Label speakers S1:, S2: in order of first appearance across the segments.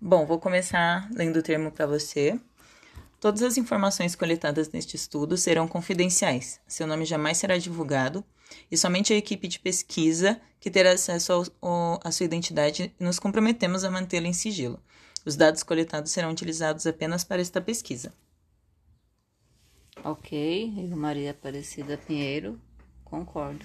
S1: Bom, vou começar lendo o termo para você. Todas as informações coletadas neste estudo serão confidenciais. Seu nome jamais será divulgado e somente a equipe de pesquisa que terá acesso ao, ao, à sua identidade e nos comprometemos a mantê-la em sigilo. Os dados coletados serão utilizados apenas para esta pesquisa.
S2: Ok, Eva Maria Aparecida Pinheiro, concordo.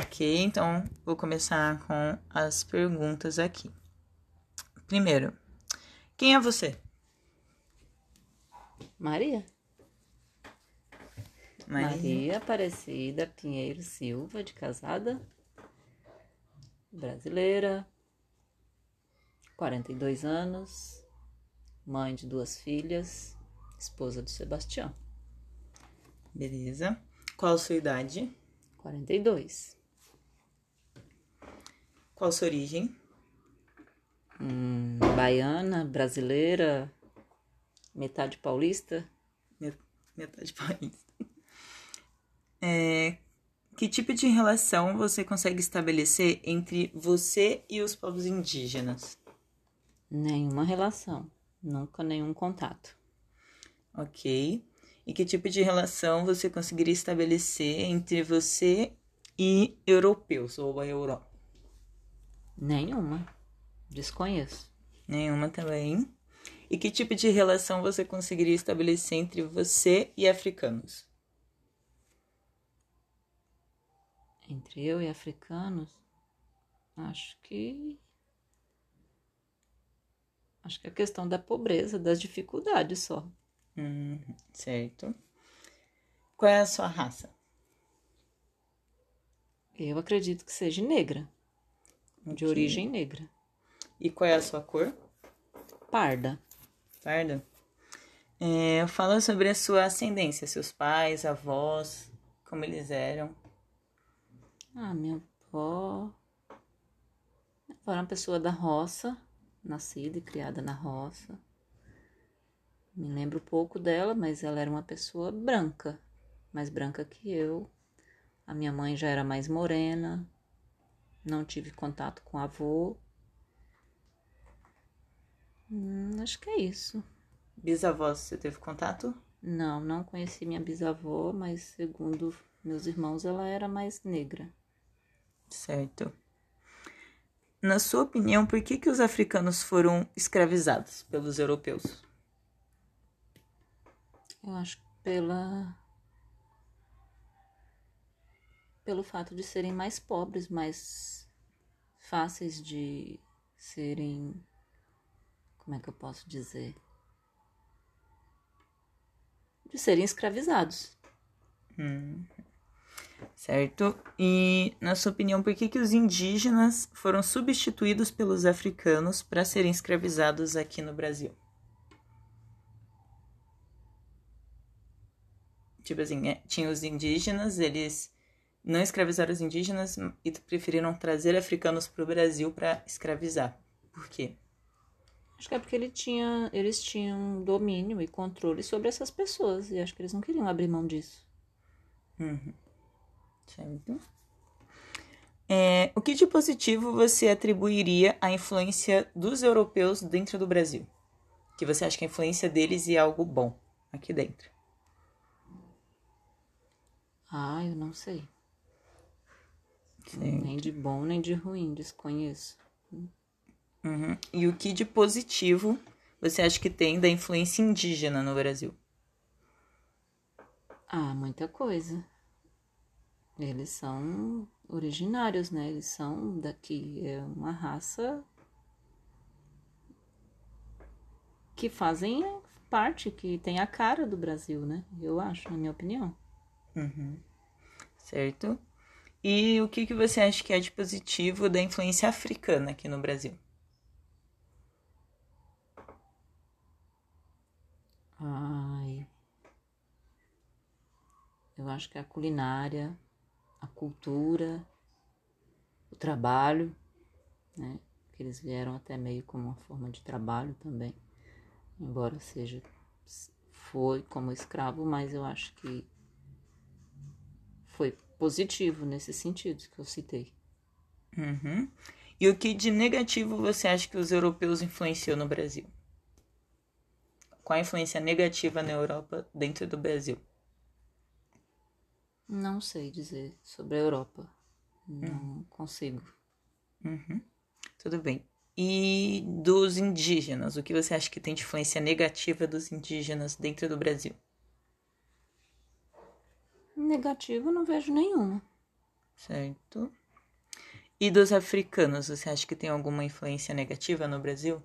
S1: Ok, então vou começar com as perguntas aqui. Primeiro, quem é você?
S2: Maria? Maria Aparecida Pinheiro Silva, de casada, brasileira, 42 anos, mãe de duas filhas, esposa do Sebastião,
S1: Beleza. Qual a sua idade?
S2: 42.
S1: Qual a sua origem?
S2: Hum, baiana, brasileira, metade paulista.
S1: Met- Metade paulista. É, que tipo de relação você consegue estabelecer entre você e os povos indígenas?
S2: Nenhuma relação, nunca nenhum contato.
S1: Ok. E que tipo de relação você conseguiria estabelecer entre você e europeus ou a Europa?
S2: Nenhuma. Desconheço.
S1: Nenhuma também. E que tipo de relação você conseguiria estabelecer entre você e africanos?
S2: Entre eu e africanos, acho que. Acho que a questão da pobreza, das dificuldades só.
S1: Hum, certo. Qual é a sua raça?
S2: Eu acredito que seja negra, de
S1: Ok.
S2: origem negra.
S1: E qual é a sua cor?
S2: Parda.
S1: Parda. É, fala sobre a sua ascendência, seus pais, avós, como eles eram.
S2: Ah, minha avó. Minha avó era uma pessoa da roça, nascida e criada na roça. Me lembro pouco dela, mas ela era uma pessoa branca, mais branca que eu. A minha mãe já era mais morena. Não tive contato com o avô. Hum, acho que é isso.
S1: Bisavós, você teve contato?
S2: Não, não conheci minha bisavó, mas segundo meus irmãos, ela era mais negra.
S1: Certo. Na sua opinião, por que, que os africanos foram escravizados pelos europeus?
S2: Eu acho que pela. pelo fato de serem mais pobres, mais fáceis de serem. Como é que eu posso dizer? De serem escravizados.
S1: Certo? E, na sua opinião, por que, que os indígenas foram substituídos pelos africanos para serem escravizados aqui no Brasil? Tipo assim, é, tinha os indígenas, eles não escravizaram os indígenas e preferiram trazer africanos para o Brasil para escravizar. Por quê?
S2: Acho que é porque ele tinha, eles tinham domínio e controle sobre essas pessoas. E acho que eles não queriam abrir mão disso.
S1: Certo. É, o que de positivo você atribuiria à influência dos europeus dentro do Brasil? Que você acha que a influência deles é algo bom aqui dentro?
S2: Ah, eu não sei.
S1: Sim.
S2: Nem de bom, nem de ruim, desconheço.
S1: Uhum. E o que de positivo você acha que tem da influência indígena no Brasil?
S2: Ah, muita coisa. Eles são originários, né? Eles são daqui. É uma raça que fazem parte, que tem a cara do Brasil, né? Eu acho, na minha opinião.
S1: Certo? E o que, que você acha que é de positivo da influência africana aqui no Brasil?
S2: Ai. Eu acho que é a culinária, a cultura, o trabalho, né? Que eles vieram até meio como uma forma de trabalho também. Embora seja foi como escravo, mas eu acho que foi positivo nesse sentido que eu citei.
S1: Uhum. E o que de negativo você acha que os europeus influenciou no Brasil? Qual a influência negativa na Europa dentro do Brasil?
S2: Não sei dizer sobre a Europa. Não consigo.
S1: Uhum. Tudo bem. E dos indígenas, o que você acha que tem de influência negativa dos indígenas dentro do Brasil?
S2: Negativo, não vejo nenhuma.
S1: Certo. E dos africanos, você acha que tem alguma influência negativa no Brasil?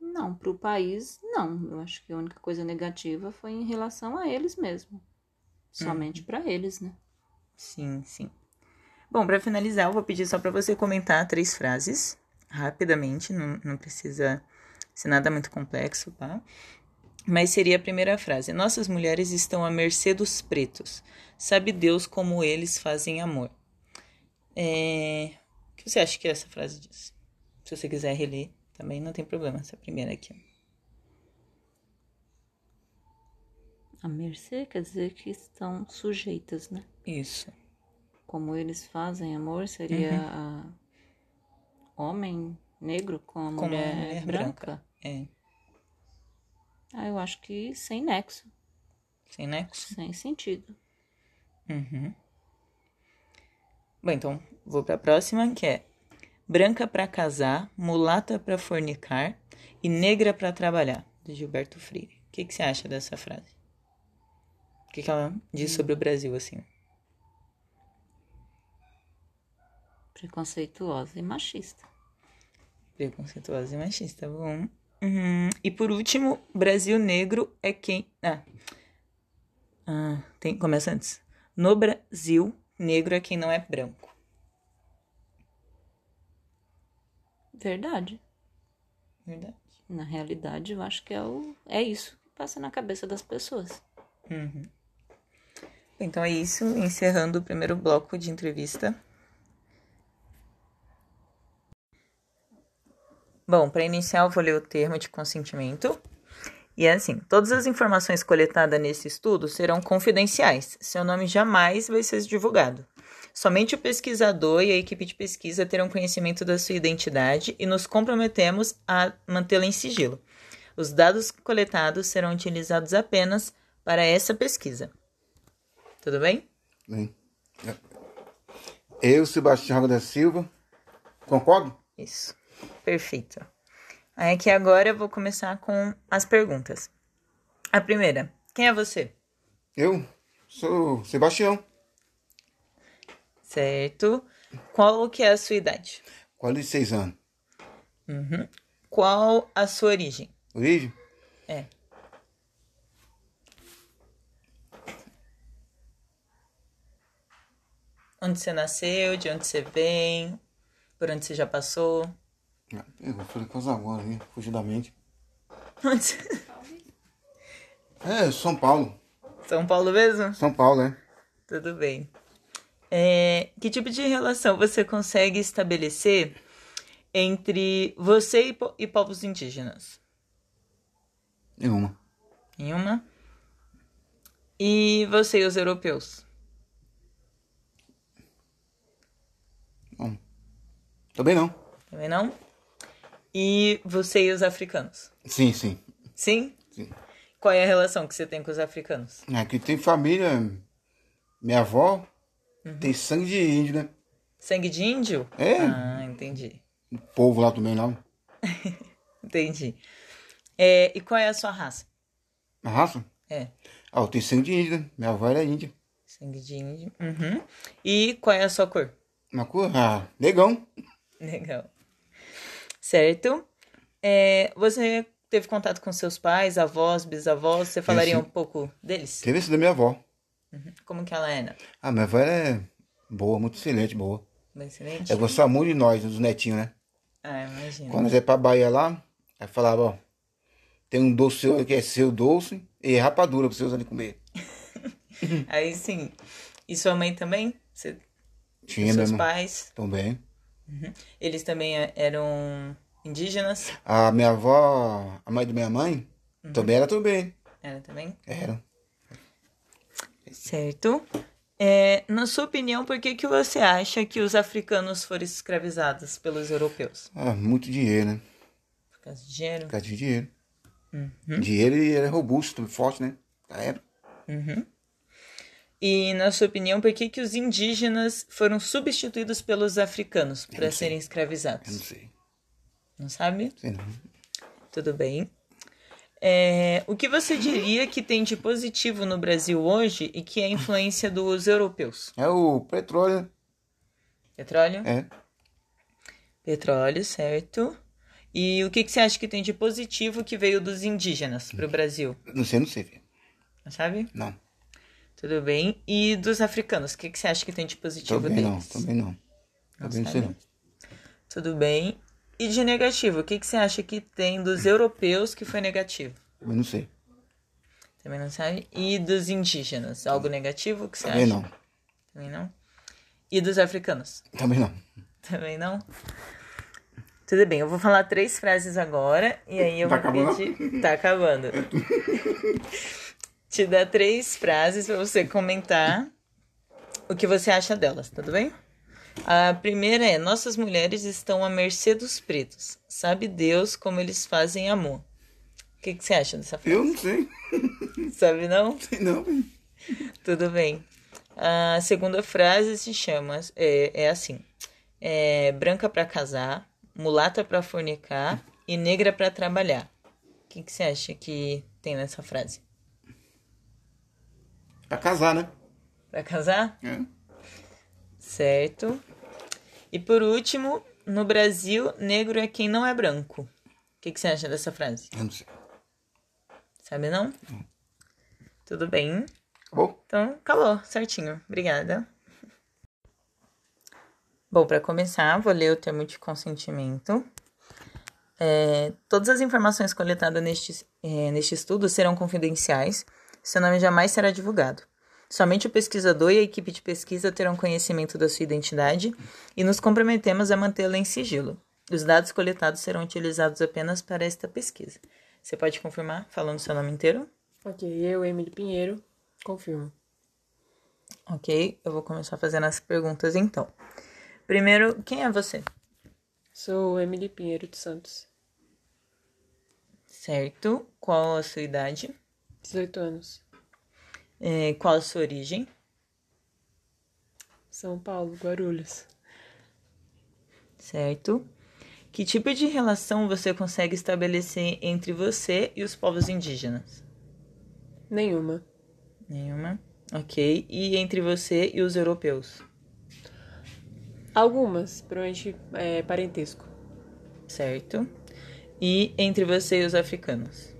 S2: Não, para o país, não. Eu acho que a única coisa negativa foi em relação a eles mesmo. Somente
S1: Uhum.
S2: para eles, né?
S1: Sim, sim. Bom, para finalizar, eu vou pedir só para você comentar três frases rapidamente, não, não precisa ser nada muito complexo, tá? Mas seria a primeira frase: Nossas mulheres estão à mercê dos pretos. Sabe Deus como eles fazem amor. É, O que você acha que essa frase diz? Se você quiser reler, também não tem problema, essa primeira aqui.
S2: A mercê quer dizer que estão sujeitas, né?
S1: Isso.
S2: Como eles fazem amor seria a- homem negro com a
S1: Como
S2: mulher,
S1: Uhum. a mulher
S2: branca.
S1: branca. É.
S2: Ah, eu acho que sem nexo,
S1: Sem nexo.
S2: sem sentido.
S1: Uhum. Bom, então vou para a próxima, que é Branca para casar, mulata para fornicar e negra para trabalhar, de Gilberto Freire. O que, que você acha dessa frase? O que, que ela diz sobre o Brasil, assim?
S2: Preconceituosa e machista.
S1: Preconceituosa e machista, bom. Uhum. E por último, Brasil negro é quem. Ah, ah tem... começa antes. No Brasil, negro é quem não é branco.
S2: Verdade.
S1: Verdade.
S2: Na realidade, eu acho que é, o, é isso que passa na cabeça das pessoas.
S1: Então é isso, encerrando o primeiro bloco de entrevista. Bom, para iniciar, eu vou ler o termo de consentimento. E é assim: todas as informações coletadas nesse estudo serão confidenciais. Seu nome jamais vai ser divulgado. Somente o pesquisador e a equipe de pesquisa terão conhecimento da sua identidade e nos comprometemos a mantê-la em sigilo. Os dados coletados serão utilizados apenas para essa pesquisa. Tudo bem?
S3: Bem, Eu, Sebastião Roda Silva, concordo?
S1: Isso. Perfeito. Aí aqui agora eu vou começar com as perguntas. A primeira, quem é você?
S3: Eu sou Sebastião.
S1: Certo. Qual que é a sua idade?
S3: 46 anos.
S1: Qual a sua origem?
S3: Origem?
S1: É. Onde você nasceu, de onde você vem, por onde você já passou.
S3: Eu vou fazer coisa agora, hein? Fugiu da mente.
S1: Onde você-
S3: É, São Paulo.
S1: São Paulo mesmo?
S3: São Paulo, é.
S1: Tudo bem. É, que tipo de relação você consegue estabelecer entre você e, po- e povos indígenas?
S3: Nenhuma.
S1: Nenhuma. E você e os europeus?
S3: Não. Também não.
S1: Também não? E você e os africanos?
S3: Sim, sim.
S1: Sim?
S3: sim.
S1: Qual é a relação que você tem com os africanos?
S3: Aqui É, tem família. Minha avó tem sangue de índio, né?
S1: Sangue de índio?
S3: É.
S1: Ah, entendi.
S3: O povo lá também, lá.
S1: Entendi. É, e qual é a sua raça?
S3: A raça?
S1: É,
S3: Ah, eu tenho sangue de índio, né? Minha avó era índia.
S1: sangue de índio. Uhum. E qual é a sua cor?
S3: Na cor? Ah, negão.
S1: Legal. Certo. É, você teve contato com seus pais, avós, bisavós? Você falaria
S3: sim.
S1: um pouco deles?
S3: Teve esse da minha avó.
S1: Como que ela né? era?
S3: Ah, minha avó é boa, muito excelente, boa.
S1: Bem excelente?
S3: Ela gostava muito de nós, dos netinhos, né?
S1: Ah, imagina.
S3: Quando nós ia pra Bahia lá, ela falava, ó, tem um doce seu que é seu doce e rapadura pra vocês ali comer.
S1: Aí sim. E sua mãe também? Você,
S3: Tinha
S1: seus
S3: mesmo.
S1: pais?
S3: Também.
S1: Eles também é- eram indígenas?
S3: A minha avó, a mãe da minha mãe,
S1: Uhum.
S3: também era também.
S1: Era também?
S3: Era.
S1: Certo. É, na sua opinião, por que, que você acha que os africanos foram escravizados pelos europeus?
S3: Ah, muito dinheiro, né?
S1: Por causa de dinheiro?
S3: Por causa de dinheiro.
S1: Uhum.
S3: Dinheiro ele era robusto, forte, né? Na época.
S1: E, na sua opinião, por que, que os indígenas foram substituídos pelos africanos para serem
S3: Eu não
S1: escravizados?
S3: sei.
S1: Não sabe?
S3: Sei não.
S1: Tudo bem. É, o que você diria que tem de positivo no Brasil hoje e que é a influência dos europeus?
S3: É o petróleo.
S1: Petróleo?
S3: É.
S1: Petróleo, certo. E o que, que você acha que tem de positivo que veio dos indígenas para o Brasil?
S3: Não sei, não sei, filho.
S1: Não sabe?
S3: Não.
S1: Tudo bem. E dos africanos, o que, que você acha que tem de positivo
S3: Também não,
S1: deles?
S3: também não. Também não sei
S1: sabe?
S3: não.
S1: Tudo bem. E de negativo, o que, que você acha que tem dos europeus que foi negativo?
S3: Também não sei.
S1: Também não sabe? E dos indígenas, algo negativo que você
S3: Também
S1: acha?
S3: não.
S1: Também não. E dos africanos?
S3: Também não.
S1: Também não? Tudo bem, eu vou falar três frases agora e aí eu
S3: Tá
S1: vou
S3: acabando?
S1: pedir. Tá acabando. Te dar três frases pra você comentar o que você acha delas, tudo bem? A primeira é: Nossas mulheres estão à mercê dos pretos. Sabe Deus como eles fazem amor. O que, que você acha dessa frase?
S3: Eu não sei.
S1: Sabe não?
S3: Sei não, filho.
S1: Tudo bem. A segunda frase se chama é, é assim: é, branca pra casar, mulata pra fornicar e negra pra trabalhar. O que, que você acha que tem nessa frase?
S3: Pra casar, né?
S1: Pra casar?
S3: É.
S1: Certo. E por último, no Brasil, negro é quem não é branco. O que, que você acha dessa frase?
S3: Eu não sei.
S1: Sabe não? Tudo bem.
S3: Acabou?
S1: Então, acabou, certinho. Obrigada. Bom, para começar, vou ler o termo de consentimento. É, todas as informações coletadas neste, é, neste estudo serão confidenciais. Seu nome jamais será divulgado. Somente o pesquisador e a equipe de pesquisa terão conhecimento da sua identidade e nos comprometemos a mantê-la em sigilo. Os dados coletados serão utilizados apenas para esta pesquisa. Você pode confirmar falando seu nome inteiro?
S4: Ok, eu, Emily Pinheiro, confirmo.
S1: Ok, eu vou começar fazendo as perguntas então. Primeiro, quem é você?
S4: Sou Emily Pinheiro de Santos,
S1: Certo. Qual a sua idade?
S4: 18 anos,
S1: Eh, qual a sua origem?
S4: São Paulo, Guarulhos.
S1: Certo. Que tipo de relação você consegue estabelecer entre você e os povos indígenas?
S4: Nenhuma.
S1: Nenhuma. Ok. E entre você e os europeus?
S4: Algumas, provavelmente é, parentesco.
S1: Certo. E entre você e os africanos?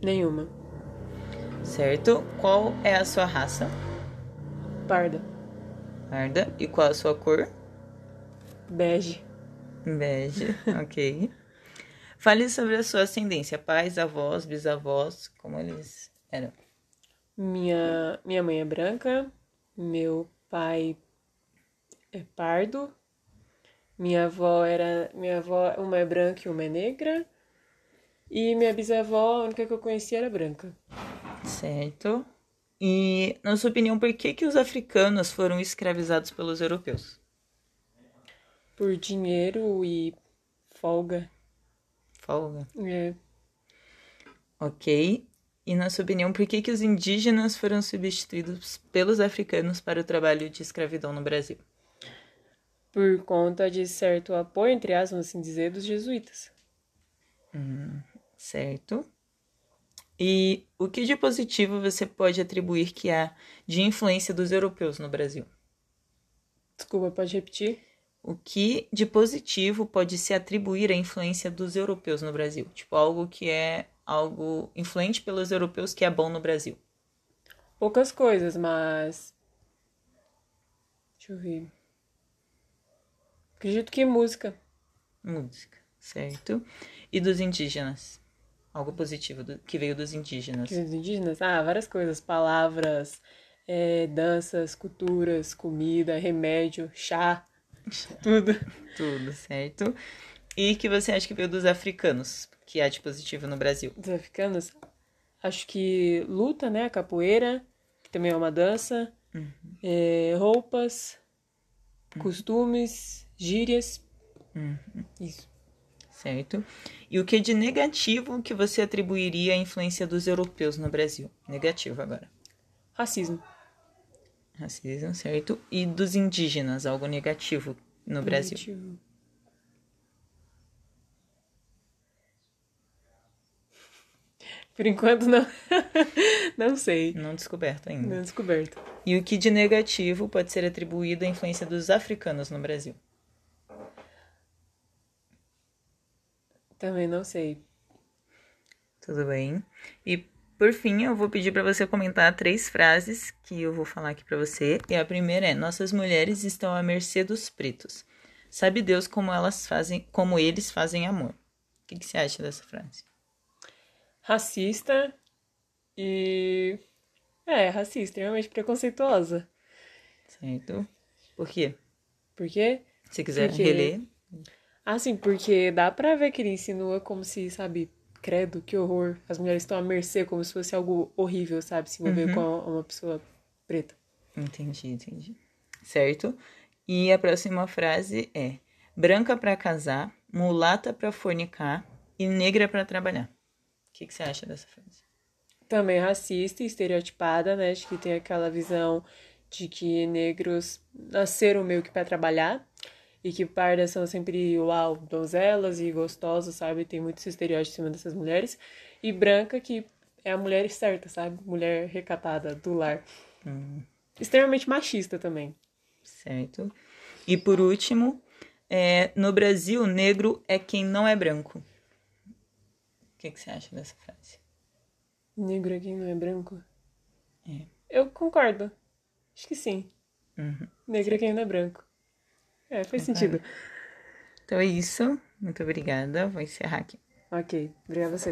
S4: Nenhuma.
S1: Certo. Qual é a sua raça?
S4: Parda.
S1: Parda. E qual a sua cor?
S4: Bege.
S1: Bege, ok. Fale sobre a sua ascendência, pais, avós, bisavós, como eles eram.
S4: Minha, minha mãe é branca, meu pai é pardo, minha avó era. Minha avó, uma é branca e uma é negra. E minha bisavó, a única que eu conhecia era branca.
S1: Certo. E, na sua opinião, por que, que os africanos foram escravizados pelos europeus?
S4: Por dinheiro e folga.
S1: Folga.
S4: É,
S1: Ok. E, na sua opinião, por que, que os indígenas foram substituídos pelos africanos para o trabalho de escravidão no Brasil?
S4: por conta de certo apoio, entre aspas, assim dizer, dos jesuítas.
S1: Certo. E o que de positivo você pode atribuir que há de influência dos europeus no Brasil?
S4: Desculpa, pode repetir?
S1: O que de positivo pode se atribuir à influência dos europeus no Brasil? Tipo, algo que é algo influente pelos europeus que é bom no Brasil.
S4: Poucas coisas, mas. Deixa eu ver. Acredito que música.
S1: Música, certo? E dos indígenas? Algo positivo do- que veio dos indígenas.
S4: Que os indígenas? Ah, várias coisas. Palavras, eh, danças, culturas, comida, remédio, chá, tudo.
S1: Tudo, certo? E que você acha que veio dos africanos, que há de positivo no Brasil?
S4: Dos africanos, acho que luta, né? Capoeira, que também é uma dança. eh, roupas, costumes, gírias. Isso.
S1: Certo? E o que de negativo que você atribuiria à influência dos europeus no Brasil? Negativo agora.
S4: Racismo.
S1: Racismo, certo? E dos indígenas, algo negativo no Brasil.
S4: Negativo. Por enquanto, não. não sei.
S1: Não descoberto ainda.
S4: Não descoberto.
S1: E o que de negativo pode ser atribuído à influência dos africanos no Brasil?
S4: Também não sei.
S1: Tudo bem. E por fim, eu vou pedir para você comentar três frases que eu vou falar aqui para você. E a primeira é: Nossas mulheres estão à mercê dos pretos. Sabe Deus como elas fazem, como eles fazem amor. O que, que você acha dessa frase?
S4: Racista e. É, racista, extremamente preconceituosa.
S1: Certo? Por quê?
S4: Por quê?
S1: Se quiser
S4: Porque-
S1: reler,
S4: Assim, porque dá pra ver que ele insinua como se, sabe, credo, que horror. As mulheres estão à mercê, como se fosse algo horrível, sabe, se envolver com uma pessoa preta.
S1: Entendi, entendi. Certo? E a próxima frase é: branca pra casar, mulata pra fornicar e negra pra trabalhar. O que, que você acha dessa frase?
S4: Também racista e estereotipada, né? Acho que tem aquela visão de que negros nasceram meio que pra trabalhar e que pardas são sempre, uau, donzelas e gostosas, sabe? Tem muitos estereótipos em cima dessas mulheres. E branca, que é a mulher certa, sabe? Mulher recatada do lar. Extremamente machista também.
S1: Certo? E por último, é, no Brasil, negro é quem não é branco. O que, que você acha dessa frase?
S4: Negro aqui não é branco?
S1: É.
S4: Eu concordo. Acho que sim. Negro aqui não é branco. É, faz sentido.
S1: Então é isso. Muito obrigada. Vou encerrar aqui.
S4: Ok, obrigada a você.